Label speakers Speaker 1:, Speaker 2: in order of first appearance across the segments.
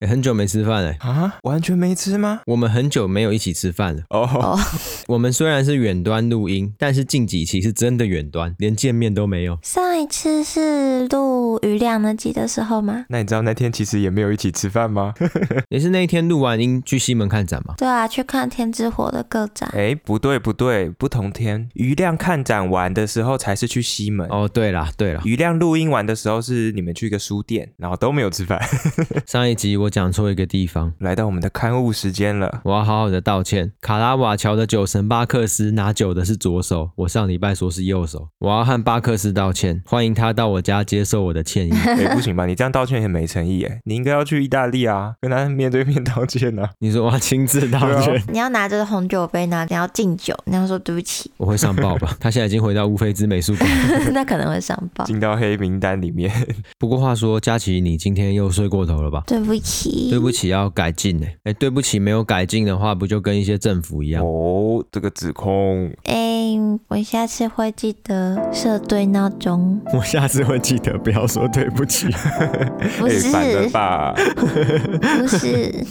Speaker 1: 欸很久没吃饭哎、
Speaker 2: 啊，完全没吃吗？
Speaker 1: 我们很久没有一起吃饭了。
Speaker 2: 哦，
Speaker 1: 我们虽然是远端录音，但是近几期是真的远端，连见面都没有。
Speaker 3: 上一次是录余量那集的时候吗？
Speaker 2: 那你知道那天其实也没有一起吃饭吗？
Speaker 1: 也是那一天录完音去西门看展嘛。
Speaker 3: 对啊，去看天之火的个展。
Speaker 2: 哎，不对不对，不同天。余亮看展完的时候才是去西门，
Speaker 1: 哦，对啦对啦，
Speaker 2: 余亮录音完的时候是你们去一个书店，然后都没有吃饭。
Speaker 1: 上一集我讲错一个地方，
Speaker 2: 来到我们的刊物时 间了，
Speaker 1: 我要好好的道歉。卡拉瓦乔的酒神巴克斯拿酒的是左手，我上礼拜说是右手，我要和巴克斯道歉，欢迎他到我家接受我的歉意。
Speaker 2: 哎，不行吧？你这样道歉很没诚意哎，你应该要去意大利啊，跟他面对面道歉 啊。
Speaker 1: 你说我要亲自道歉，
Speaker 2: 对
Speaker 3: 你要拿着红酒杯拿，你要敬酒，你要说对不起，
Speaker 1: 我会上报吧？他现在已经回到乌菲兹美术馆。
Speaker 3: 那可能会上报。
Speaker 2: 进到黑名单里面，
Speaker 1: 不过话说，佳琪，你今天又睡过头了吧？
Speaker 3: 对不起，
Speaker 1: 对不起，要改进呢。哎，对不起，没有改进的话，不就跟一些政府一样？
Speaker 2: 哦，这个指控
Speaker 3: 哎、我下次会记得设对闹钟。
Speaker 1: 我下次会记得不要说对不起。
Speaker 3: 不
Speaker 2: 哎，
Speaker 3: 是，
Speaker 2: 反了吧？
Speaker 3: 不是。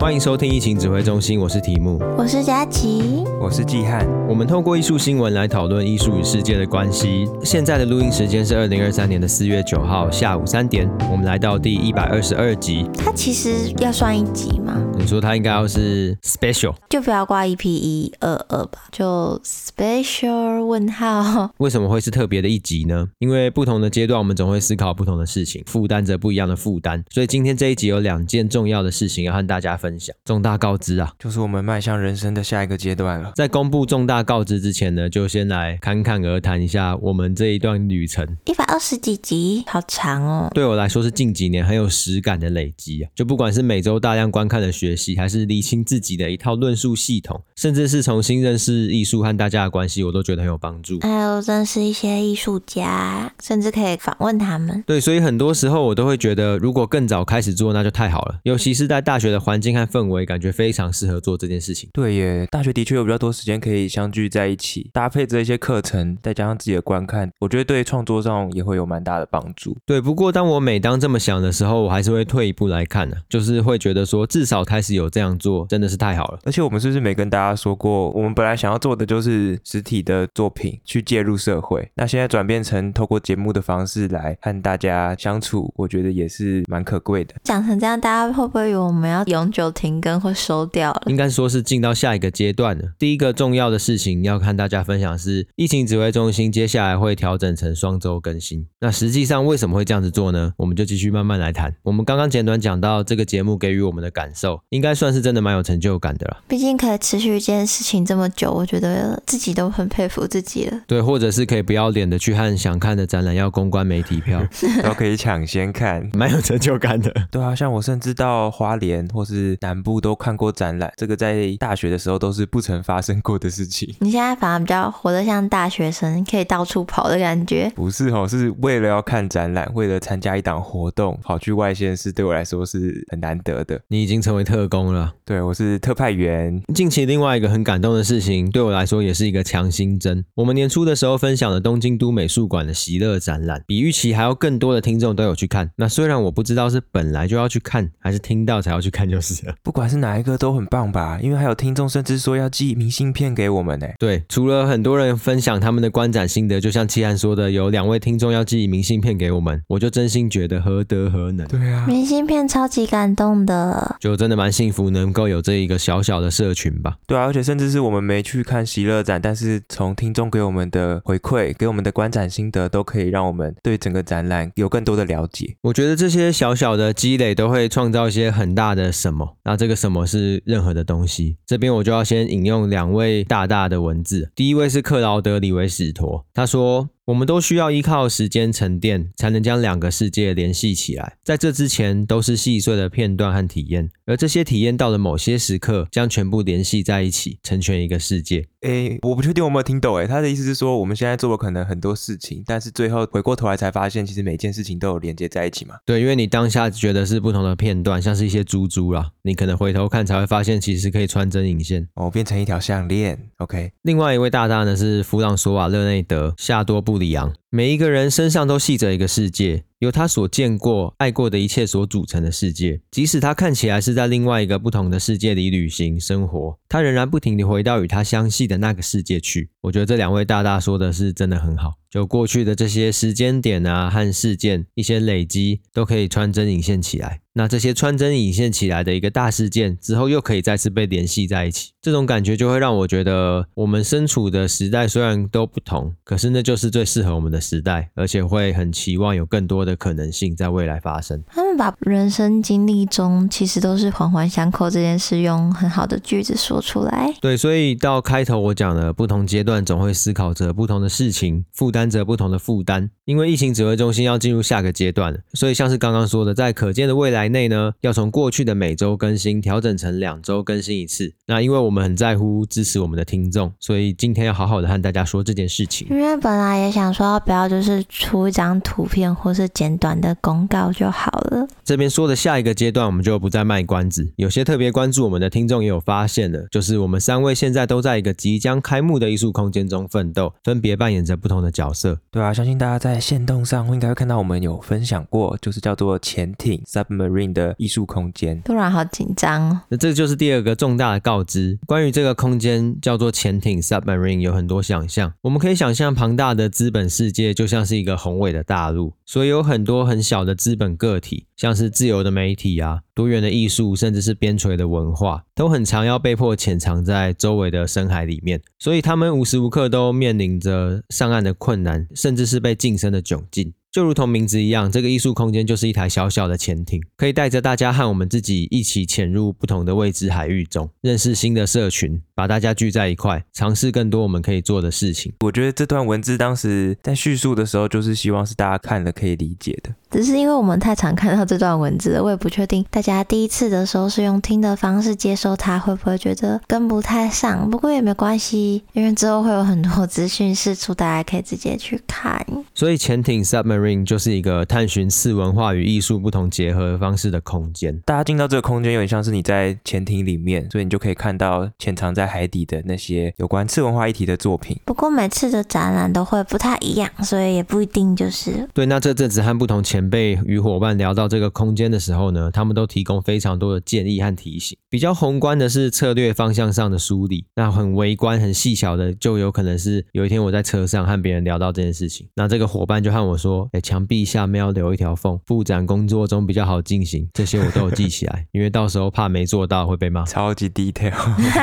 Speaker 1: 欢迎收听疫情指挥中心，我是题目。
Speaker 3: 我是佳琪，
Speaker 2: 我是季汉，
Speaker 1: 我们透过艺术新闻来讨论艺术与世界的关系。现在的录音时间是二零二三年的四月九号下午三点，我们来到第一百二十二集。
Speaker 3: 它其实要算一集吗？
Speaker 1: 你说它应该要是 special，
Speaker 3: 就不要挂 EP 一二二吧，就 special 问号。
Speaker 1: 为什么会是特别的一集呢？因为不同的阶段，我们总会思考不同的事情，负担着不一样的负担。所以今天这一集有两件重要的事情要和大家分享，重大告知啊！
Speaker 2: 就是我们迈向人生的下一个阶段了。
Speaker 1: 在公布重大告知之前呢，就先来侃侃而谈一下我们这一段旅程。
Speaker 3: 一百二十几集，好长哦。
Speaker 1: 对我来说是近几年很有实感的累积啊，就不管是每周大量观看的学习，还是理清自己的一套论述系统，甚至是重新认识艺术和大家的关系，我都觉得很有帮助。
Speaker 3: 还有认识一些艺术家，甚至可以访问他们。
Speaker 1: 对，所以很多时候我都会觉得，如果更早开始做，那就太好了。尤其是在大学的环境和氛围，感觉非常适合做这件事情。
Speaker 2: 对耶，大学的确有比较多时间可以相聚在一起，搭配这些课程，再加上自己的观看，我觉得对创作上也会有蛮大的帮助。
Speaker 1: 对，不过当我每当这么想的时候，我还是会退一步来看呢、啊就是会觉得说，至少开始有这样做，真的是太好了。
Speaker 2: 而且我们是不是没跟大家说过，我们本来想要做的就是实体的作品去介入社会，那现在转变成透过节目的方式来和大家相处，我觉得也是蛮可贵的。
Speaker 3: 讲成这样，大家会不会以为我们要永久停更或收掉 了？
Speaker 1: 应该说是进到下一个阶段了。第一个重要的事情要和大家分享的是，疫情指挥中心接下来会调整成双周更新。那实际上为什么会这样子做呢？我们就继续慢慢来谈。我们刚刚简短讲到这个节目给予我们的感受，应该算是真的蛮有成就感的啦。
Speaker 3: 毕竟可以持续一件事情这么久，我觉得自己都很佩服自己了。
Speaker 1: 对，或者是可以不要脸的去和想看的展览要公关媒体票，
Speaker 2: 都可以抢先看。
Speaker 1: 蛮有成就感的。
Speaker 2: 对啊，像我甚至到花莲或是南部都看过展览，这个在大学的时候都是不曾发生过的事情。
Speaker 3: 你现在反而比较活得像大学生，可以到处跑的感觉。
Speaker 2: 不是哦，是为了要看展览，为了参加一档活动，跑去外县市，对我来说是很难得的。
Speaker 1: 你已经成为特工了。
Speaker 2: 对我是特派员，
Speaker 1: 近期另外一个很感动的事情，对我来说也是一个强心针。我们年初的时候分享了东京都美术馆的席勒展览，比预期还要更多的听众都有去看。那虽然我不知道是本来就要去看，还是听到才要去看就是了。
Speaker 2: 不管是哪一个都很棒吧，因为还有听众甚至说要寄明信片给我们呢。
Speaker 1: 对，除了很多人分享他们的观展心得，就像七安说的，有两位听众要寄明信片给我们，我就真心觉得何德何能。
Speaker 2: 对啊，
Speaker 3: 明信片超级感动的，
Speaker 1: 就真的蛮幸福，能够有这一个小小的社群吧。
Speaker 2: 对啊，而且甚至是我们没去看席勒展，但是从听众给我们的回馈、给我们的观展心得，都可以让我们对整个展览有更多的了解。
Speaker 1: 我觉得这些小小的积累都会创造一些很大的什么。那这个什么是任何的东西？这边我就要先引用两位大大的文字。第一位是克劳德·李维史陀，他说：“我们都需要依靠时间沉淀，才能将两个世界联系起来。在这之前，都是细碎的片段和体验，而这些体验到了某些时刻，将全部联系在一起，成全一个世界。
Speaker 2: 诶，我不确定我有没有听懂。诶，他的意思是说，我们现在做了可能很多事情，但是最后回过头来才发现，其实每件事情都有连接在一起嘛。
Speaker 1: 对，因为你当下觉得是不同的片段，像是一些珠珠啦，你可能回头看才会发现，其实可以穿针引线。
Speaker 2: 哦，变成一条项链。OK，
Speaker 1: 另外一位大大呢是弗朗索瓦·勒内德·夏多布里昂。每一个人身上都系着一个世界，由他所见过、爱过的一切所组成的世界。即使他看起来是在另外一个不同的世界里旅行生活，他仍然不停地回到与他相系的那个世界去。我觉得这两位大大说的是真的很好，就过去的这些时间点啊和事件一些累积，都可以穿针引线起来。那这些穿针引线起来的一个大事件之后，又可以再次被联系在一起，这种感觉就会让我觉得，我们身处的时代虽然都不同，可是那就是最适合我们的时代，而且会很期望有更多的可能性在未来发生。
Speaker 3: 他们把人生经历中其实都是环环相扣这件事，用很好的句子说出来。
Speaker 1: 对，所以到开头我讲了，不同阶段总会思考着不同的事情，负担着不同的负担。因为疫情指挥中心要进入下个阶段了，所以像是刚刚说的，在可见的未来内呢，要从过去的每周更新调整成两周更新一次。那因为我们很在乎支持我们的听众，所以今天要好好的和大家说这件事情。
Speaker 3: 因为本来也想说要不要就是出一张图片或是简短的公告就好了。
Speaker 1: 这边说的下一个阶段，我们就不再卖关子。有些特别关注我们的听众也有发现了，就是我们三位现在都在一个即将开幕的艺术空间中奋斗，分别扮演着不同的角色。
Speaker 2: 对啊，相信大家在线动上应该会看到我们有分享过，就是叫做潜艇 （submarine） 的艺术空间。
Speaker 3: 突然好紧张哦，
Speaker 1: 那这就是第二个重大的告知。关于这个空间叫做潜艇 （submarine），有很多想象。我们可以想象庞大的资本世界就像是一个宏伟的大陆，所以有很多很小的资本个体，像是自由的媒体啊、多元的艺术，甚至是边陲的文化，都很常要被迫潜藏在周围的深海里面。所以他们无时无刻都面临着上岸的困难，甚至是被晋升的窘境。就如同名字一样，这个艺术空间就是一台小小的潜艇，可以带着大家和我们自己一起潜入不同的未知海域中，认识新的社群，把大家聚在一块，尝试更多我们可以做的事情。
Speaker 2: 我觉得这段文字当时在叙述的时候，就是希望是大家看了可以理解的。
Speaker 3: 只是因为我们太常看到这段文字了，我也不确定大家第一次的时候是用听的方式接收它，会不会觉得跟不太上？不过也没关系，因为之后会有很多资讯释出，大家可以直接去 看。
Speaker 1: 所以，潜艇 submarine 就是一个探寻次文化与艺术不同结合方式的空间。
Speaker 2: 大家进到这个空间，有点像是你在潜艇里面，所以你就可以看到潜藏在海底的那些有关次文化议题的作品。
Speaker 3: 不过每次的展览都会不太一样，所以也不一定 就是
Speaker 1: 对，那这阵子和不同前辈与伙伴聊到这个空间的时候呢，他们都提供非常多的建议和提醒。比较宏观的是策略方向上的梳理，那很微观、很细小的，就有可能是有一天我在车上和别人聊到这件事情，那这个伙伴就和我说：“哎，墙壁下面要留一条缝，布展工作中比较好进行。”这些我都有记起来，因为到时候怕没做到会被骂。
Speaker 2: 超级 detail，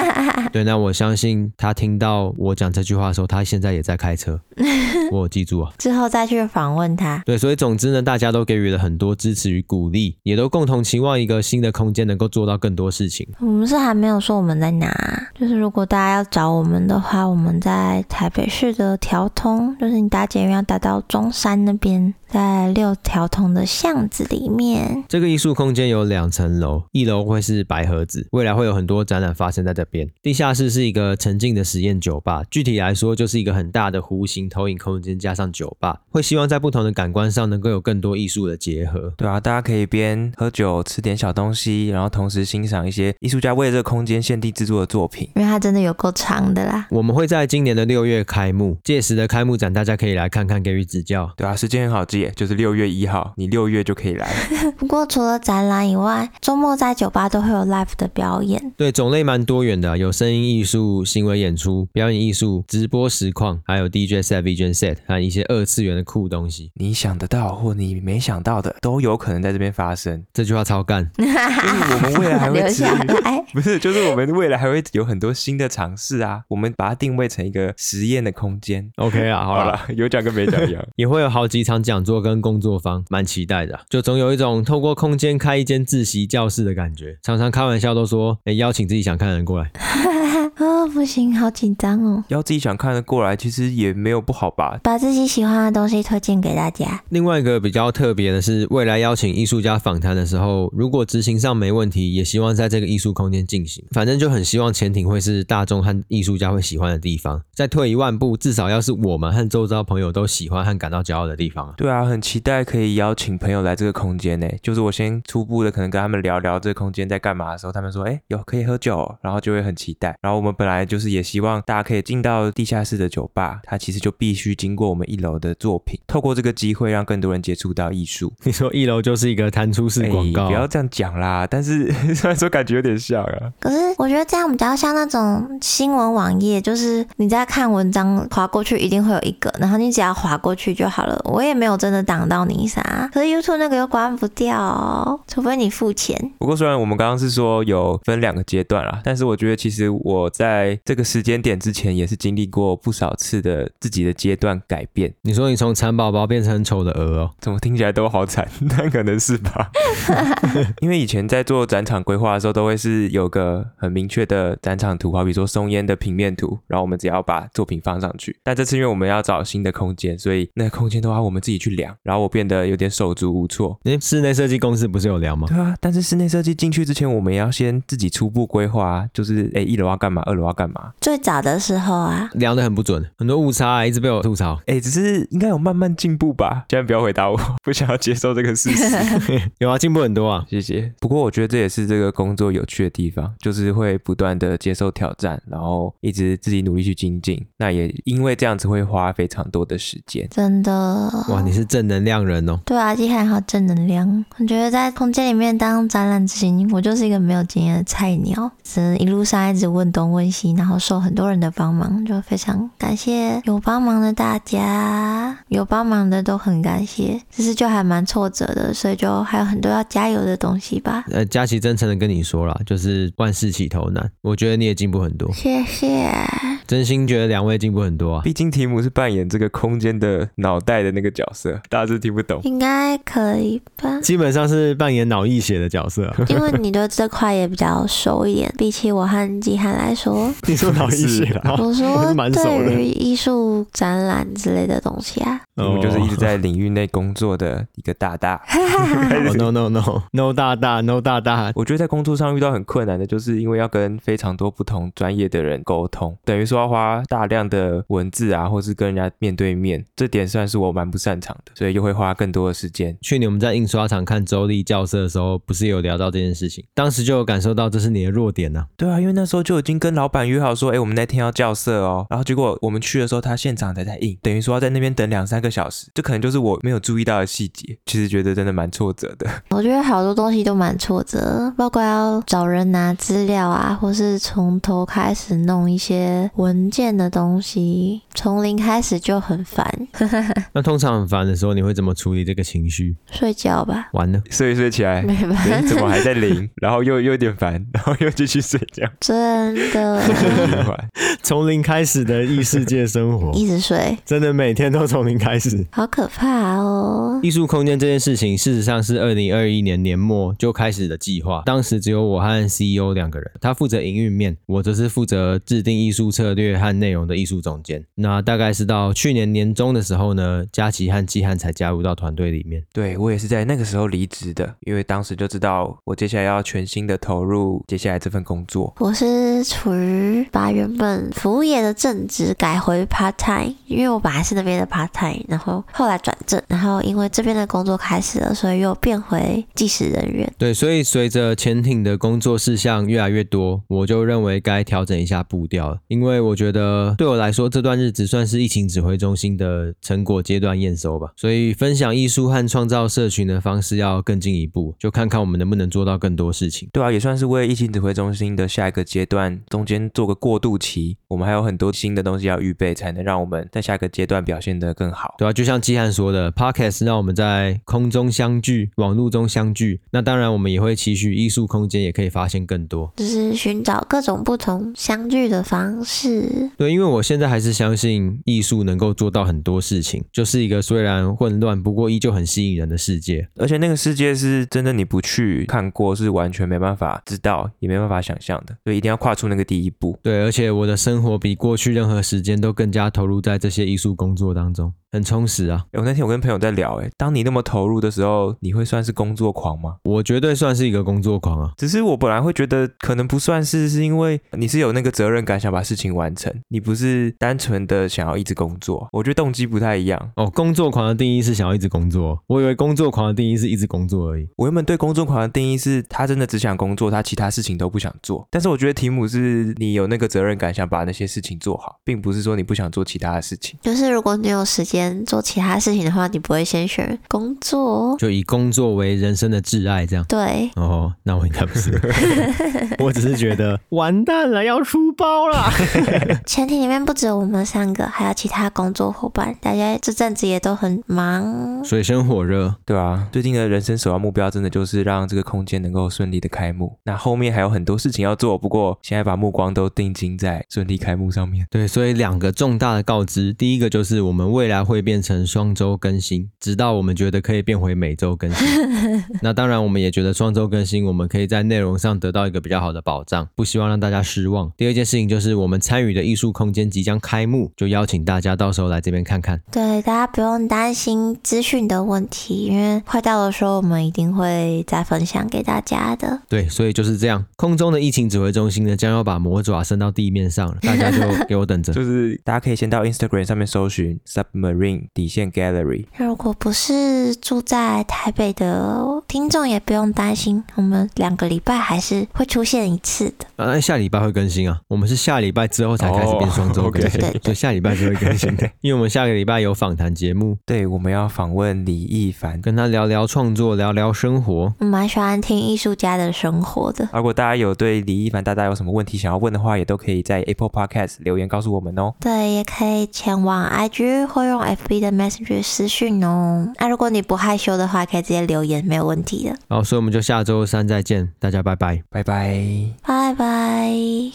Speaker 1: 对，那我相信他听到我讲这句话的时候，他现在也在开车，我有记住啊。
Speaker 3: 之后再去访问他。
Speaker 1: 对，所以总之呢，大家都给予了很多支持与鼓励，也都共同期望一个新的空间能够做到更多事情。
Speaker 3: 我们是还没有说我们在哪，就是如果大家要找我们的话，我们在台北市的条通，就是你搭捷运要搭到中山那边，在六条通的巷子里面。
Speaker 1: 这个艺术空间有两层楼，一楼会是白盒子，未来会有很多展览发生在这边。地下室是一个沉浸的实验酒吧，具体来说就是一个很大的弧形投影空间加上酒吧，会希望在不同的感官上能够有更多艺术的结合。
Speaker 2: 对啊，大家可以边喝酒吃点小东西，然后同时欣赏一些艺术家为这个空间限定制作的作品。
Speaker 3: 因为它真的有够长的啦，
Speaker 1: 我们会在今年的六月开幕，届时的开幕展大家可以来看看，给予指教。
Speaker 2: 对啊，时间很好记，就是六月一号，你六月就可以来。
Speaker 3: 不过除了展览以外，周末在酒吧都会有 live 的表演。
Speaker 1: 对，种类蛮多元的，啊有声音艺术、行为演出、表演艺术、直播实况，还有 DJ set、VJ set 和一些二次元的酷东西。
Speaker 2: 你想得到或你没想到的，都有可能在这边发 生。
Speaker 1: 这句话超干，
Speaker 2: 就是我们未来啊还会
Speaker 3: 留
Speaker 2: 持
Speaker 3: 下
Speaker 2: 续
Speaker 3: 来。
Speaker 2: 不是，就是我们未来还会有很多新的尝试啊！我们把它定位成一个实验的空间。
Speaker 1: OK 啊，
Speaker 2: 好了，有讲跟没讲 一样。
Speaker 1: 也会有好几场讲座跟工作坊，蛮期待的啊、就总有一种透过空间开一间自习教室的感觉。常常开玩笑都说，哎、邀请自己想看的人过来。
Speaker 3: 哦，不不行，好紧张哦。
Speaker 2: 要自己想看得过来，其实也没有不好吧。
Speaker 3: 把自己喜欢的东西推荐给大家，
Speaker 1: 另外一个比较特别的是，未来邀请艺术家访谈的时候，如果执行上没问题，也希望在这个艺术空间进行。反正就很希望潜艇会是大众和艺术家会喜欢的地方。再退一万步，至少要是我们和周遭朋友都喜欢和感到骄傲的地方啊。
Speaker 2: 对啊，很期待可以邀请朋友来这个空间呢。就是我先初步的可能跟他们聊聊这个空间在干嘛的时候，他们说，哎，有可以喝酒哦，然后就会很期待。然后我们本来就是也希望大家可以进到地下室的酒吧，它其实就必须经过我们一楼的作品，透过这个机会让更多人接触到艺术。
Speaker 1: 你说一楼就是一个弹出式广告啊
Speaker 2: 哎，不要这样讲啦！但是 虽然说感觉有点像啊，
Speaker 3: 可是我觉得这样比较像那种新闻网页，就是你在看文章划过去一定会有一个，然后你只要划过去就好了。我也没有真的挡到你啥，可是 YouTube 那个又关不掉哦、除非你付钱。
Speaker 2: 不过虽然我们刚刚是说有分两个阶段啦，但是我觉得其实我在这个时间点之前也是经历过不少次的自己的阶段改变，
Speaker 1: 你说你从蚕宝宝变成很丑的鹅哦，
Speaker 2: 怎么听起来都好惨， 但可能是吧。因为以前在做展场规划的时候，都会是有个很明确的展场图，好比说松烟的平面图，然后我们只要把作品放上去。但这次因为我们要找新的空间，所以那个空间都要我们自己去量，然后我变得有点手足无措。
Speaker 1: 诶室内设计公司不是有聊吗？
Speaker 2: 对啊，但是室内设计进去之前，我们也要先自己初步规划啊，就是诶一楼要干嘛，二楼要干嘛。
Speaker 3: 最早的时 候啊，
Speaker 1: 量的很不准，很多误差、啊，一直被我吐槽。
Speaker 2: 诶，只是应该有慢慢进步吧。千万不要回答我， 不想要接受这个事实。
Speaker 1: 有啊，进步很多啊。
Speaker 2: 谢谢。不过我觉得这也是这个工作有趣的地方，就是会不断的接受挑战，然后一直自己努力去精进。那也因为这样子会花非常多的时间。
Speaker 3: 真的
Speaker 1: 哇，你是正能量人哦。
Speaker 3: 对啊，季涵好正能量。我觉得在空间里面当展览执行，我就是一个没有经验的菜鸟，只能一路上一直问东问西，然后受很多人的帮忙，就非常感谢有帮忙的大家，有帮忙的都很感谢。只是就还蛮挫折的，所以就还有很多要加油的东西吧。
Speaker 1: 呃，佳琪真诚的跟你说啦，就是万事起头难，我觉得你也进步很多，
Speaker 3: 谢谢，
Speaker 1: 真心觉得两位进步很多啊。？
Speaker 2: 毕竟提姆是扮演这个空间的脑袋的那个角色，大家是听不懂。
Speaker 3: 应该可以吧
Speaker 1: 基本上是扮演脑溢血的角色、啊，
Speaker 3: 因为你对这块也比较熟一点，比起我和季涵来说，
Speaker 1: 你说脑溢血
Speaker 2: 是
Speaker 1: 啊？
Speaker 3: 我
Speaker 1: 我
Speaker 3: 说
Speaker 1: 是蛮熟的
Speaker 3: 对于艺术展览之类的东西啊，
Speaker 2: 提姆就是一直在领域内工作的一个大大。
Speaker 1: 哦 no no no no 大大 no 大大，
Speaker 2: 我觉得在工作上遇到很困难的，就是因为要跟非常多不同专业的人沟通，等于说要花大量的文字啊，或是跟人家面对面，这点算是我蛮不擅长的，所以就会花更多的时间。
Speaker 1: 去年我们在印刷厂看周丽教授的时候，不是有聊到这件事情，当时就有感受到这是你的弱点呐、
Speaker 2: 对啊，因为那时候就已经跟老板约好说，哎，我们那天要校色哦，然后结果我们去的时候，他现场才在印，等于说要在那边等两三个小时，这可能就是我没有注意到的细节，其实觉得真的蛮挫折的。
Speaker 3: 我觉得好多东西都蛮挫折，包括要找人拿资料啊，或是从头开始弄一些文件的东西，从零开始就很烦。
Speaker 1: 那通常很烦的时候，你会怎么处理这个情绪？
Speaker 3: 睡觉吧，
Speaker 1: 完了，
Speaker 2: 睡一睡起来，哎
Speaker 3: 没办法，
Speaker 2: 诶怎么还在淋？ 然后又又有点烦，然后又继续睡觉，
Speaker 3: 真 的
Speaker 2: 循环。
Speaker 1: 从零开始的异世界生活
Speaker 3: 一直睡，
Speaker 1: 真的每天都从零开始。
Speaker 3: 好可怕哦。
Speaker 1: 艺术空间这件事情，事实上是二零二一年年末就开始的计划。当时只有我和 CEO 两个人，他负责营运面，我则是负责制定艺术策略和内容的艺术总监。那大概是到去年年中的时候呢，佳琪和季汉才加入到团队里面。
Speaker 2: 对我也是在那个时候离职的，因为当时就知道我接下来要全心的投入接下来这份工作。
Speaker 3: 我是处于把原本服务业的正职改回 part time，因为我本来是那边的 part time，然后后来转正，然后因为这边的工作开始了，所以又变回计时人员。
Speaker 1: 对，所以随着潜艇的工作事项越来越多，我就认为该调整一下步调了，因为我觉得对我来说这段日子算是疫情指挥中心的成果阶段验收吧，所以分享艺术和创造社群的方式要更进一步，就看看我们能不能做到更多事情。
Speaker 2: 对啊，也算是为疫情指挥中心的下一个阶段中间做个过渡期。我们还有很多新的东西要预备，才能让我们在下个阶段表现得更好。
Speaker 1: 对啊，就像基汉说的，Podcast 让我们在空中相聚，网络中相聚。那当然，我们也会期许艺术空间也可以发现更多。
Speaker 3: 就是寻找各种不同相聚的方式。
Speaker 1: 对，因为我现在还是相信艺术能够做到很多事情，就是一个虽然混乱，不过依旧很吸引人的世界。
Speaker 2: 而且那个世界是真的，你不去看过是完全没办法知道，也没办法想象的，所以一定要跨出那个第一步。
Speaker 1: 对，而且我的生活比过去任何时间都更加投入在这些艺术工作当中，很充实啊。
Speaker 2: 诶我那天我跟朋友在聊，哎，当你那么投入的时候，你会算是工作狂吗？
Speaker 1: 我绝对算是一个工作狂啊。
Speaker 2: 只是我本来会觉得可能不算是，是因为你是有那个责任感，想把事情完成，你不是单纯的想要一直工作。我觉得动机不太一样。
Speaker 1: 哦，工作狂的定义是想要一直工作，我以为工作狂的定义是一直工作而已。
Speaker 2: 我原本对工作狂的定义是他真的只想工作，他其他事情都不想做。但是我觉得提姆是你有那个责任感，想把那些事情做好，并不是说你不想做其他的事情。
Speaker 3: 就是如果你有时间做其他事情的话，你不会先选工作。哦
Speaker 1: 就以工作为人生的挚爱这样。
Speaker 3: 对，
Speaker 1: 哦，那我应该不是，我只是觉得完蛋了，要出包啦。
Speaker 3: 前提里面不只有我们三个，还有其他工作伙伴，大家这阵子也都很忙。
Speaker 1: 水深火热，
Speaker 2: 对啊，最近的人生首要目标真的就是让这个空间能够顺利的开幕。那后面还有很多事情要做，不过现在把目光都定睛在顺利开幕上面。
Speaker 1: 对，所以两个重大的告知，第一个就是我们未来会变成双周更新，直到我们觉得可以变回每周更 新。那当然，我们也觉得双周更新，我们可以在内容上得到一个比较好的保障，不希望让大家失望。第二件事情就是我们参与的艺术空间即将开幕，就邀请大家到时候来这边看看。
Speaker 3: 对，大家不用担心资讯的问题，因为快到的时候我们一定会再分享给大家的。
Speaker 1: 对，所以就是这样，空中的疫情指挥中心呢，将要把魔爪伸到地面上了，大家 就给我等着。
Speaker 2: 就是大家可以先到 Instagram 上面搜寻 Submarine 底线 Gallery，
Speaker 3: 如果不是住在台北的听众，也不用担心，我们两个礼拜还是会出现一次的。
Speaker 1: 啊，那下礼拜会更新啊。我们是下礼拜之后才开始变双周更新，
Speaker 3: 哦，OK
Speaker 1: 所以下礼拜就会更新的。因为我们下个礼拜有访谈节目，
Speaker 2: 对，我们要访问李易凡。
Speaker 1: 跟他聊聊创作，聊聊生活。
Speaker 3: 我蛮喜欢听艺术家的生活的。
Speaker 2: 啊如果大家有对李一凡大大有什么问题想要问的话，也都可以在 Apple Podcast 留言告诉我们哦。
Speaker 3: 对，也可以前往 IG 或用 FB 的 Messenger 私讯哦。那、如果你不害羞的话，可以直接留言，没有问题的。
Speaker 1: 好，所以我们就下周三再见，大家拜拜。
Speaker 2: 拜拜。
Speaker 3: 拜拜。